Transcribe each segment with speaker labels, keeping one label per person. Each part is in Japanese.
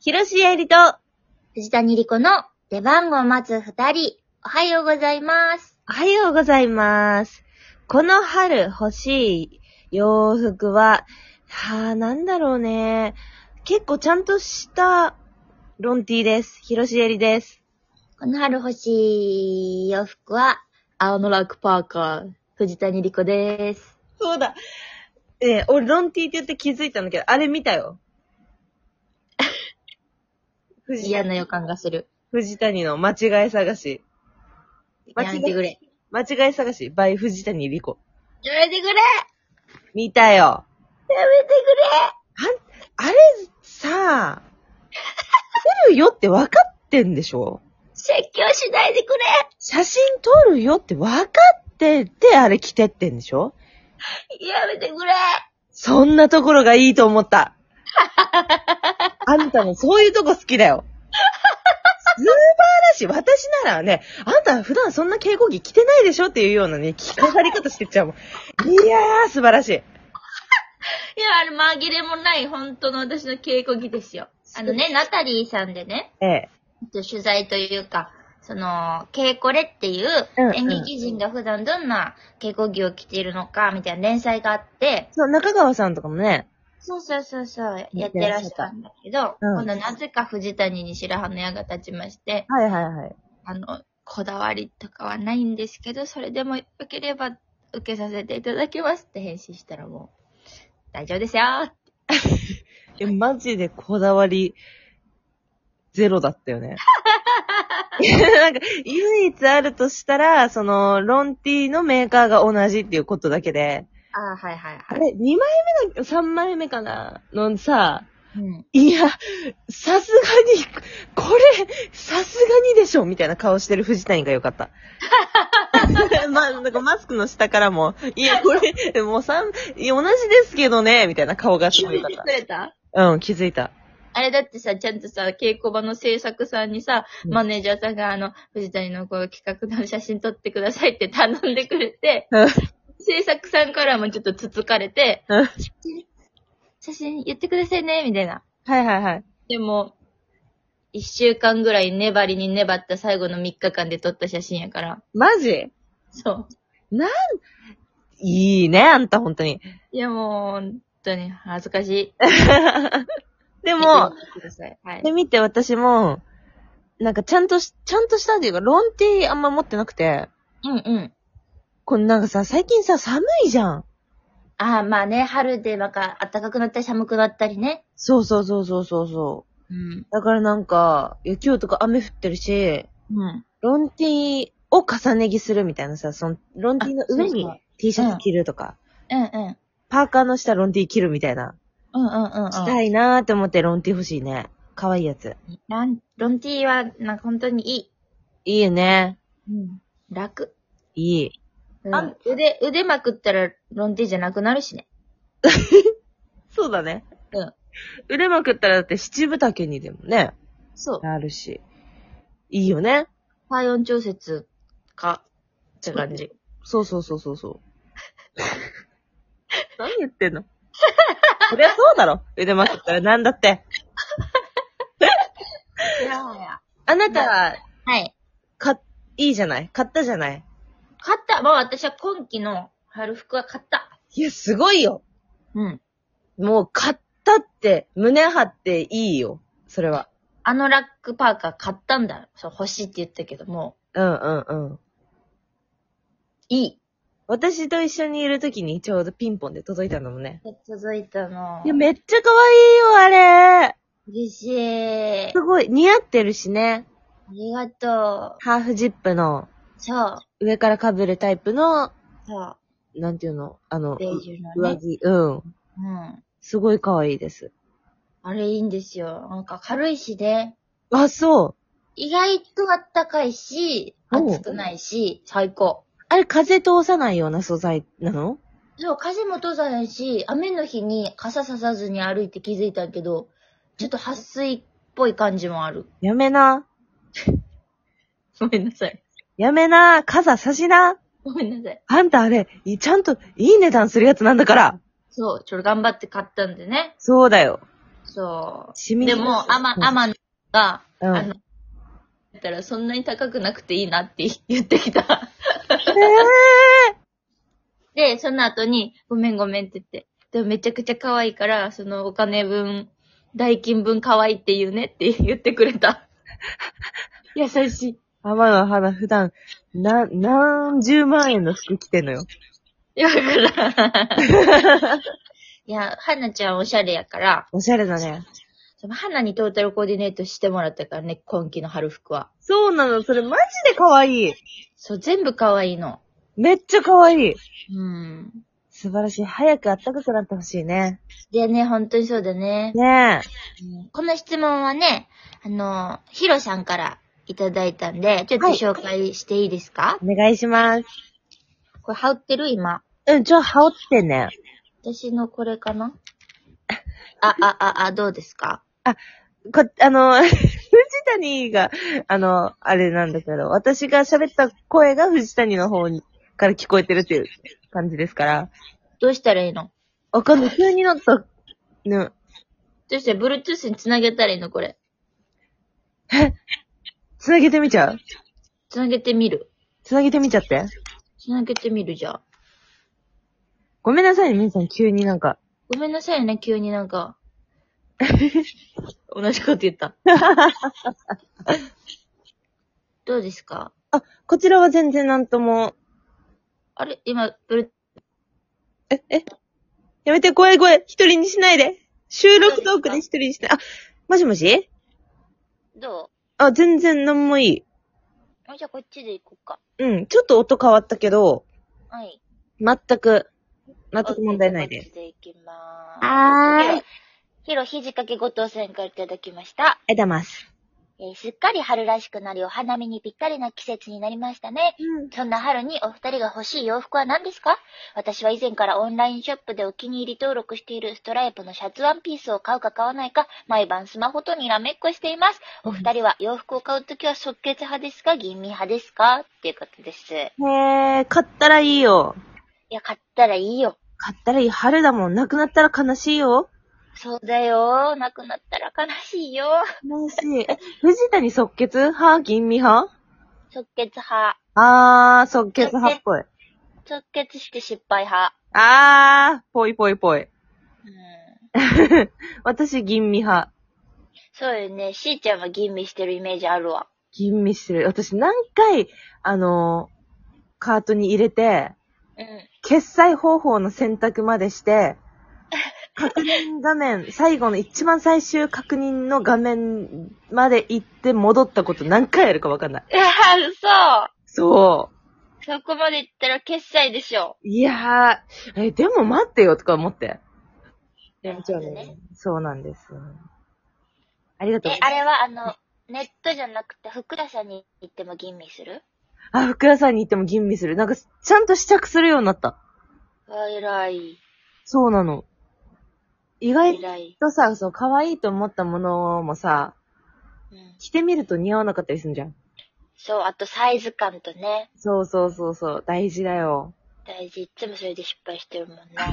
Speaker 1: 広ロえりと、
Speaker 2: 藤谷莉子の出番を待つ二人、おはようございます。
Speaker 1: おはようございます。この春欲しい洋服は、はぁ、なんだろうね。結構ちゃんとしたロンティーです。広ロえりです。
Speaker 2: この春欲しい洋服は、青のラックパーカー、藤谷莉子です。
Speaker 1: そうだ。えー俺ロンティーって言って気づいたんだけど、あれ見た よ。藤
Speaker 2: 嫌
Speaker 1: 谷
Speaker 2: な予感がする。
Speaker 1: 藤谷の間違い探し。
Speaker 2: やめてくれ。
Speaker 1: 間違い探し、by 藤谷莉子。
Speaker 2: やめてくれや
Speaker 1: 見たよ。
Speaker 2: めて
Speaker 1: あれ、さあ、撮るよって分かってんでしょ
Speaker 2: くれ説教しないでく
Speaker 1: 写真撮るよって分かってて、あれ着てってんでしょ
Speaker 2: れやめてくれ
Speaker 1: そんなところがいいと思った。あんたもそういうとこ好きだよ。素晴らしい。私ならね、あんた普段そんな蛍光着着てないでしょっていうようなね、着飾り方してっちゃうもん。いやー、素晴らしい。
Speaker 2: いや、あれ紛れもない、本当の私の稽古着ですよ。あのね、ナタリーさんでね、
Speaker 1: ええ。
Speaker 2: 取材というか、その、稽古レっていう
Speaker 1: うんうん、
Speaker 2: 演劇人が普段どんな稽古着を着ているのか、みたいな連載があって、
Speaker 1: そう、中川さんとかもね、
Speaker 2: そうそうそうそう、やってらっしゃったんだけど、
Speaker 1: うん
Speaker 2: 今度なぜか藤谷に白羽の矢が立ちまして、
Speaker 1: はいはいはい。
Speaker 2: あの、こだわりとかはないんですけど、それでもよければ受けさせていただきますって返信したらもう、大丈夫ですよ
Speaker 1: いや、マジでこだわり、ゼロだったよね。 いやなんか、唯一あるとしたら、その、ロンティーのメーカーが同じっていうことだけで、
Speaker 2: ああ、はいはいは
Speaker 1: あ
Speaker 2: い。
Speaker 1: れ、2枚目だ、3枚目かなのさ、
Speaker 2: うん
Speaker 1: いや、さすがに、これ、さすがにでしょみたいな顔してる藤谷が良か った。ま、なんかマスクの下からも、いや、これ、もう三、いや同じですけどね、みたいな顔がすごい良かっ
Speaker 2: くれた
Speaker 1: た。うん、気づいた。
Speaker 2: あれだってさ、ちゃんとさ、稽古場の制作さんにさ、
Speaker 1: うん
Speaker 2: マネージャーさんがあの、藤谷のこう企画の写真撮ってくださいって頼んでくれて
Speaker 1: うん、
Speaker 2: 制作さんからもちょっとつつかれて、
Speaker 1: うん
Speaker 2: 写真写真言ってくださいね、みたいな。
Speaker 1: はいはいはい。
Speaker 2: でも、一週間ぐらい粘りに粘った最後の3日間で撮った写真やから。
Speaker 1: マジ
Speaker 2: そう。
Speaker 1: いいね、あんた、本当に。
Speaker 2: いやもう、本当に恥ずかしい。
Speaker 1: でも、
Speaker 2: 見てください、はい
Speaker 1: で、。見て私も、なんかちゃんとし、ちゃんとしたっていうか、ロンティーあんま持ってなくて、
Speaker 2: うんうん。
Speaker 1: このなんかさ、最近さ、寒いじゃん。
Speaker 2: ああ、まあね、春でなんか暖かくなったり寒くなったりね。
Speaker 1: そうそうそうそうそうそう。
Speaker 2: うん。
Speaker 1: だからなんか、いや今日とか雨降ってるし、
Speaker 2: うん。
Speaker 1: ロンティーを重ね着するみたいなさ、その、ロンティーの上
Speaker 2: あそうそ
Speaker 1: に
Speaker 2: う
Speaker 1: T シャツ着るとか、
Speaker 2: うんうん。
Speaker 1: パーカーの下ロンティー着るみたいな、
Speaker 2: うんうんうん。
Speaker 1: したいなーって思ってロンティー欲しいね。可愛いやつ。
Speaker 2: ラン、ロンティーは、なんか本当にいい。
Speaker 1: いいよね。
Speaker 2: うん。楽。
Speaker 1: いい。
Speaker 2: うん
Speaker 1: あ
Speaker 2: 腕、腕まくったらロンティーじゃなくなるしね。
Speaker 1: そうだね。
Speaker 2: うん。
Speaker 1: 腕まくったらだって七分丈にでもね、
Speaker 2: そう。
Speaker 1: なるし。いいよね。
Speaker 2: 体温調節か、って感じ。
Speaker 1: そうそうそうそう そう。何言ってんのそりゃそうだろ。腕まくったらなんだって。
Speaker 2: いやいや。
Speaker 1: あなた、
Speaker 2: はい。
Speaker 1: か、いいじゃない買ったじゃない
Speaker 2: 買った。まあ私は今季の春服は買った。
Speaker 1: いや、すごいよ。
Speaker 2: うん。
Speaker 1: もう買ったって、胸張っていいよ。それは。
Speaker 2: あのラックパーカー買ったんだ。そう、欲しいって言ったけども、
Speaker 1: うんうんうん。
Speaker 2: いい。
Speaker 1: 私と一緒にいるときにちょうどピンポンで届いたのもね。
Speaker 2: 続いたの
Speaker 1: いや、。めっちゃ可愛いよ、あれ。
Speaker 2: 嬉しい。あ
Speaker 1: すごい、似合ってるしね。
Speaker 2: りがと
Speaker 1: ハーフジップの、
Speaker 2: う。そう。
Speaker 1: 上から被るタイプの、
Speaker 2: そ
Speaker 1: なんていうの、あの
Speaker 2: う。、ベージュの
Speaker 1: 上
Speaker 2: ね。
Speaker 1: 着、うん。
Speaker 2: うん。
Speaker 1: すごい可愛いです。
Speaker 2: あれいいんですよ。なんか軽いしね。
Speaker 1: あ、そう。
Speaker 2: 意外とあったかいし、
Speaker 1: おう
Speaker 2: 暑くないし、最高。
Speaker 1: あれ、風通さないような素材なの
Speaker 2: そう、風も通さないし、雨の日に傘ささずに歩いて気づいたけど、ちょっと撥水っぽい感じもある。
Speaker 1: やめな。
Speaker 2: ごめんなさい。
Speaker 1: やめな。傘差しな。
Speaker 2: ごめんなさい。
Speaker 1: あんたあれ、いちゃんといい値段するやつなんだから。
Speaker 2: そう、ちょっと頑張って買ったんでね。
Speaker 1: そうだよ。
Speaker 3: そ
Speaker 1: し
Speaker 3: う。
Speaker 1: み
Speaker 3: で
Speaker 1: 出
Speaker 3: も、アマ、ア
Speaker 1: ま、
Speaker 3: マが、
Speaker 1: うん。
Speaker 3: あの、だったらそんなに高くなくていいなって言ってきた。で、その後に、ごめんごめんって言って。でもめちゃくちゃ可愛いから、そのお金分、代金分可愛いって言うねって 言ってくれた。優しい。
Speaker 1: 天の花普段、な、何十万円の服着てんのよ。
Speaker 3: いや、だから。 いや、はなちゃんおしゃれやから、
Speaker 1: おしゃれだね。
Speaker 3: そのはなにトータルコーディネートしてもらったからね、今季の春服は。
Speaker 1: そうなの、それマジで可愛い。
Speaker 3: そう、全部可愛いの。
Speaker 1: めっちゃ可愛い。
Speaker 3: うん。
Speaker 1: 素晴らしい。早く暖かくなってほしいね。
Speaker 3: でね、本当にそうだね。
Speaker 1: ね
Speaker 3: うんこの質問はね、あの、ヒロさんからいただいたんで、ちょっと
Speaker 1: はい
Speaker 3: 紹介していいですか、
Speaker 1: え。お願いします。
Speaker 3: これ、羽織ってる今。
Speaker 1: うん、ちょ、羽織ってね。
Speaker 3: 私のこれかな あ、あ、あ、あ、どうですか
Speaker 1: こ、あの、 藤谷が、あの、あれなんだけど、私が喋った声が藤谷の方に、から聞こえてるっていう感じですから。
Speaker 3: どうしたらいいの
Speaker 1: わかんない。急になった。ね。
Speaker 3: どうしたら、Bluetooth につなげたらいいのこれ。
Speaker 1: つなげてみちゃう
Speaker 3: つなげてみる。
Speaker 1: つなげてみちゃって。
Speaker 3: つなげてみるじゃあ。
Speaker 1: ごめんなさいね、皆さん、急になんか。
Speaker 3: ごめんなさいね、急になん か。同じこと言 った。どうですか
Speaker 1: あ、こちらは全然なんとも。
Speaker 3: あれ今、ブル、
Speaker 1: え、えやめて、怖い怖い。一人にしないで。収録トークで一人にしない。あ、もしもし
Speaker 3: ど
Speaker 1: あ、全然なんもいい。
Speaker 3: うあじゃあこっちで行こうか。
Speaker 1: うん、ちょっと音変わったけど、
Speaker 3: はい。
Speaker 1: 全く、全く問題ない
Speaker 2: お
Speaker 1: で。
Speaker 2: 手持ちでいきま
Speaker 3: はーい。
Speaker 2: す。ヒロひじかけごとうさんからいただきました、
Speaker 1: えだます。
Speaker 2: えーすっかり春らしくなりお花見にぴったりな季節になりましたね。
Speaker 1: うん。
Speaker 2: そんな春にお二人が欲しい洋服は何ですか私は以前からオンラインショップでお気に入り登録しているストライプのシャツワンピースを買うか買わないか、毎晩スマホとにらめっこしています。お二人は洋服を買うときは即決派ですか吟味派ですかっていうことです。い
Speaker 1: へえ、買ったらいいよ。
Speaker 2: や、買ったらいいよ。
Speaker 1: 買ったらいい。春だもん。なくなったら悲しいよ。
Speaker 2: そうだよ。なくなったら悲しいよ。
Speaker 1: 悲しい。え、藤谷即決派吟味派
Speaker 2: 即決派。
Speaker 1: あー、即決派っぽい。
Speaker 2: 直結して失敗派。
Speaker 1: あー、ぽいぽいぽい。
Speaker 2: うん。
Speaker 1: 私、吟味派。
Speaker 2: そうよね。しーちゃんは吟味してるイメージあるわ。
Speaker 1: 吟味してる。私、何回、あのーカートに入れて、
Speaker 2: うん。
Speaker 1: 決済方法の選択までして、確認画面、最後の一番最終確認の画面まで行って戻ったこと何回やるかわかんない。
Speaker 2: いやー、
Speaker 1: そ
Speaker 2: 嘘そこまでいったら決済でしょ。
Speaker 1: う。いやー、え、でも待ってよとか思って。
Speaker 2: なるほどね。
Speaker 1: そうなんですよ。ありがとう
Speaker 2: え、あれはあの、ネットじゃなくて、福田さんに行っても吟味する
Speaker 1: あ、服屋さんに行っても吟味する。なんか、ちゃんと試着するようになった。
Speaker 2: わ、偉い。
Speaker 1: そうなの。意外
Speaker 2: 偉い。
Speaker 1: とさ、その、可愛いと思ったものもさ、
Speaker 2: うん。
Speaker 1: 着てみると似合わなかったりするじゃん。
Speaker 2: そう、あとサイズ感とね。
Speaker 1: そうそうそうそう、大事だよ。
Speaker 2: 大事。いつもそれで失敗してるもんな。 あ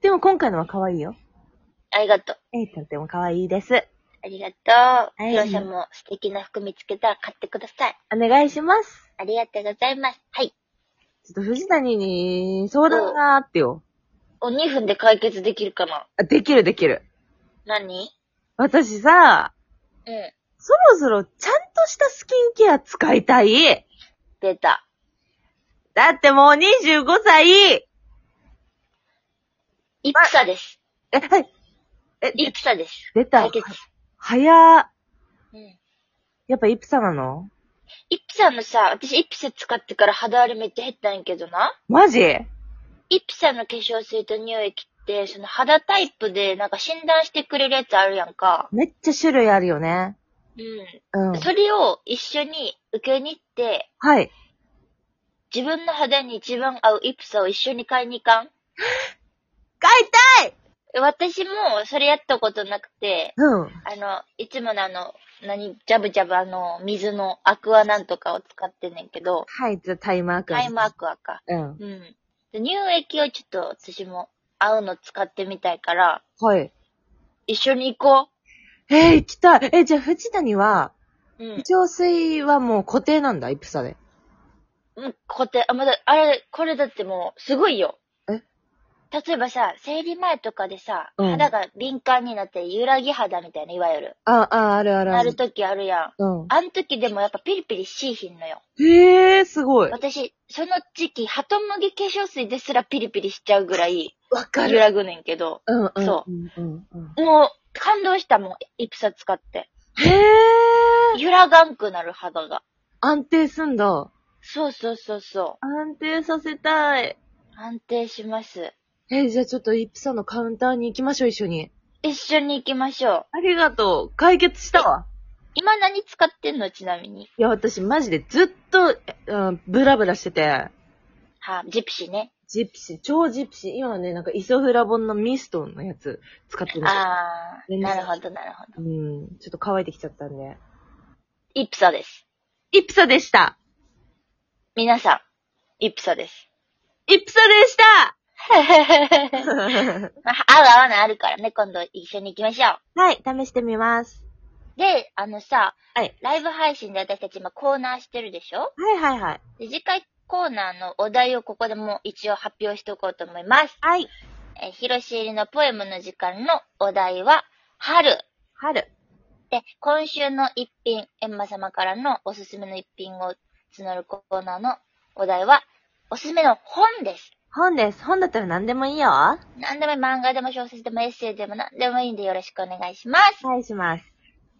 Speaker 1: でも今回のは可愛いよ。
Speaker 2: りがとう。
Speaker 1: えいとっても可愛いです。
Speaker 2: ありがとう。
Speaker 1: はい
Speaker 2: ヒロさんも素敵な服見つけたら買ってください。
Speaker 1: お願いします。
Speaker 2: ありがとうございます。はい。
Speaker 1: ちょっと藤谷に相談があってよ。
Speaker 2: お、2分で解決できるかな
Speaker 1: あ、できるできる。
Speaker 2: 何
Speaker 1: 私さ、
Speaker 2: うん。
Speaker 1: そろそろちゃんとしたスキンケア使いたい。
Speaker 2: 出た。
Speaker 1: だってもう25歳。え、
Speaker 2: イプサです。
Speaker 1: はい。え、
Speaker 2: イプサです。
Speaker 1: 出た
Speaker 2: 解。決。
Speaker 1: 早っ。
Speaker 2: うん。
Speaker 1: やっぱイプサなの
Speaker 2: イプサのさ、私イプサ使ってから肌荒れめっちゃ減ったんやけどな。
Speaker 1: マジ
Speaker 2: イプサの化粧水と乳液って、その肌タイプでなんか診断してくれるやつあるやんか。
Speaker 1: めっちゃ種類あるよね。
Speaker 2: う
Speaker 1: うん
Speaker 2: ん。。それを一緒に受けに行って、
Speaker 1: はい。
Speaker 2: 自分の肌に一番合うイプサを一緒に買いに行かん
Speaker 1: 買いたい
Speaker 2: 私もそれやったことなくて、
Speaker 1: うん。
Speaker 2: あの、いつものあの、何、ジャブジャブあの、水のアクアなんとかを使ってんねんけど、
Speaker 1: はい、じゃあタイマーくん。
Speaker 2: タイムアクアか。
Speaker 1: うん。
Speaker 2: うん。で乳液をちょっと私も合うの使ってみたいから、
Speaker 1: はい。
Speaker 2: 一緒に行こ
Speaker 1: えー、行きたい。え、じゃあ藤谷は、
Speaker 2: う。うん。
Speaker 1: 浄水はもう固定なんだ、イプサで。
Speaker 2: うん、固定。あ、まだ、あれ、これだってもう、すごいよ。
Speaker 1: え
Speaker 2: 例えばさ、生理前とかでさ、
Speaker 1: うん
Speaker 2: 肌が敏感になって、揺らぎ肌みたいな、いわゆる。
Speaker 1: あ、あ、あるある
Speaker 2: な
Speaker 1: あ
Speaker 2: る
Speaker 1: る。
Speaker 2: ときあるやん。
Speaker 1: うん。
Speaker 2: あん時でもやっぱピリピリしいひんのよ。
Speaker 1: へえー、すごい。
Speaker 2: 私、その時期、ハトムギ化粧水ですらピリピリしちゃうぐらい、
Speaker 1: わか
Speaker 2: 揺。らぐねんけど、
Speaker 1: うん、うん。。
Speaker 2: そう
Speaker 1: うん、うん、うん。
Speaker 2: もう、感動したもん、イプサ使って。
Speaker 1: へえー、
Speaker 2: 揺らがんくなる肌が。
Speaker 1: 安定すんだ。
Speaker 2: そうそうそうそ
Speaker 1: 安定させたい。
Speaker 2: う。安定します。
Speaker 1: えー、じゃあちょっとイプサのカウンターに行きましょう、一緒に。
Speaker 2: 一緒に行きましょう。
Speaker 1: ありがとう。解決したわ。
Speaker 2: 今何使ってんのちなみに。
Speaker 1: いや、私マジでずっと、えうん、ブラブラしてて、
Speaker 2: はジプシーね。
Speaker 1: ジプシー、超ジプシー、今はね、なんかイソフラボンのミストのやつ使ってるんですよ
Speaker 2: あー、なるほどなるほど。
Speaker 1: うん、ちょっと乾いてきちゃったんで。
Speaker 2: イプサです。
Speaker 1: イプサでした
Speaker 2: 皆さん、イプサです。
Speaker 1: イプサでした
Speaker 2: まあ合う合わないあるからね、今度一緒に行きましょう。
Speaker 1: はい、試してみます。
Speaker 2: で、あのさ、
Speaker 1: はい
Speaker 2: ライブ配信で私たち今コーナーしてるでしょ
Speaker 1: はいはいはい。
Speaker 2: で、次回コーナーのお題をここでもう一応発表しておこうと思います。
Speaker 1: はい。
Speaker 2: えー、広し入りのポエムの時間のお題は、春。
Speaker 1: 春。
Speaker 2: で、今週の一品、エンマ様からのおすすめの一品を募るコーナーのお題は、おすすめの本です。
Speaker 1: 本です。本だったら何でもいいよ。は
Speaker 2: 何でもいい漫画でも小説でもエッセイでも何でもいいんでよろしくお願いします。
Speaker 1: い、します。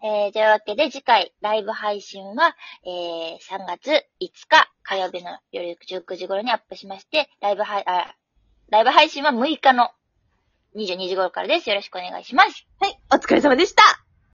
Speaker 2: えー、というわけで次回ライブ配信は、えー、3月5日火曜日の夜19時頃にアップしまして、ライブ配、あ、ライブ配信は6日の22時頃からです。よろしくお願いします。
Speaker 1: はい、お疲れ様でした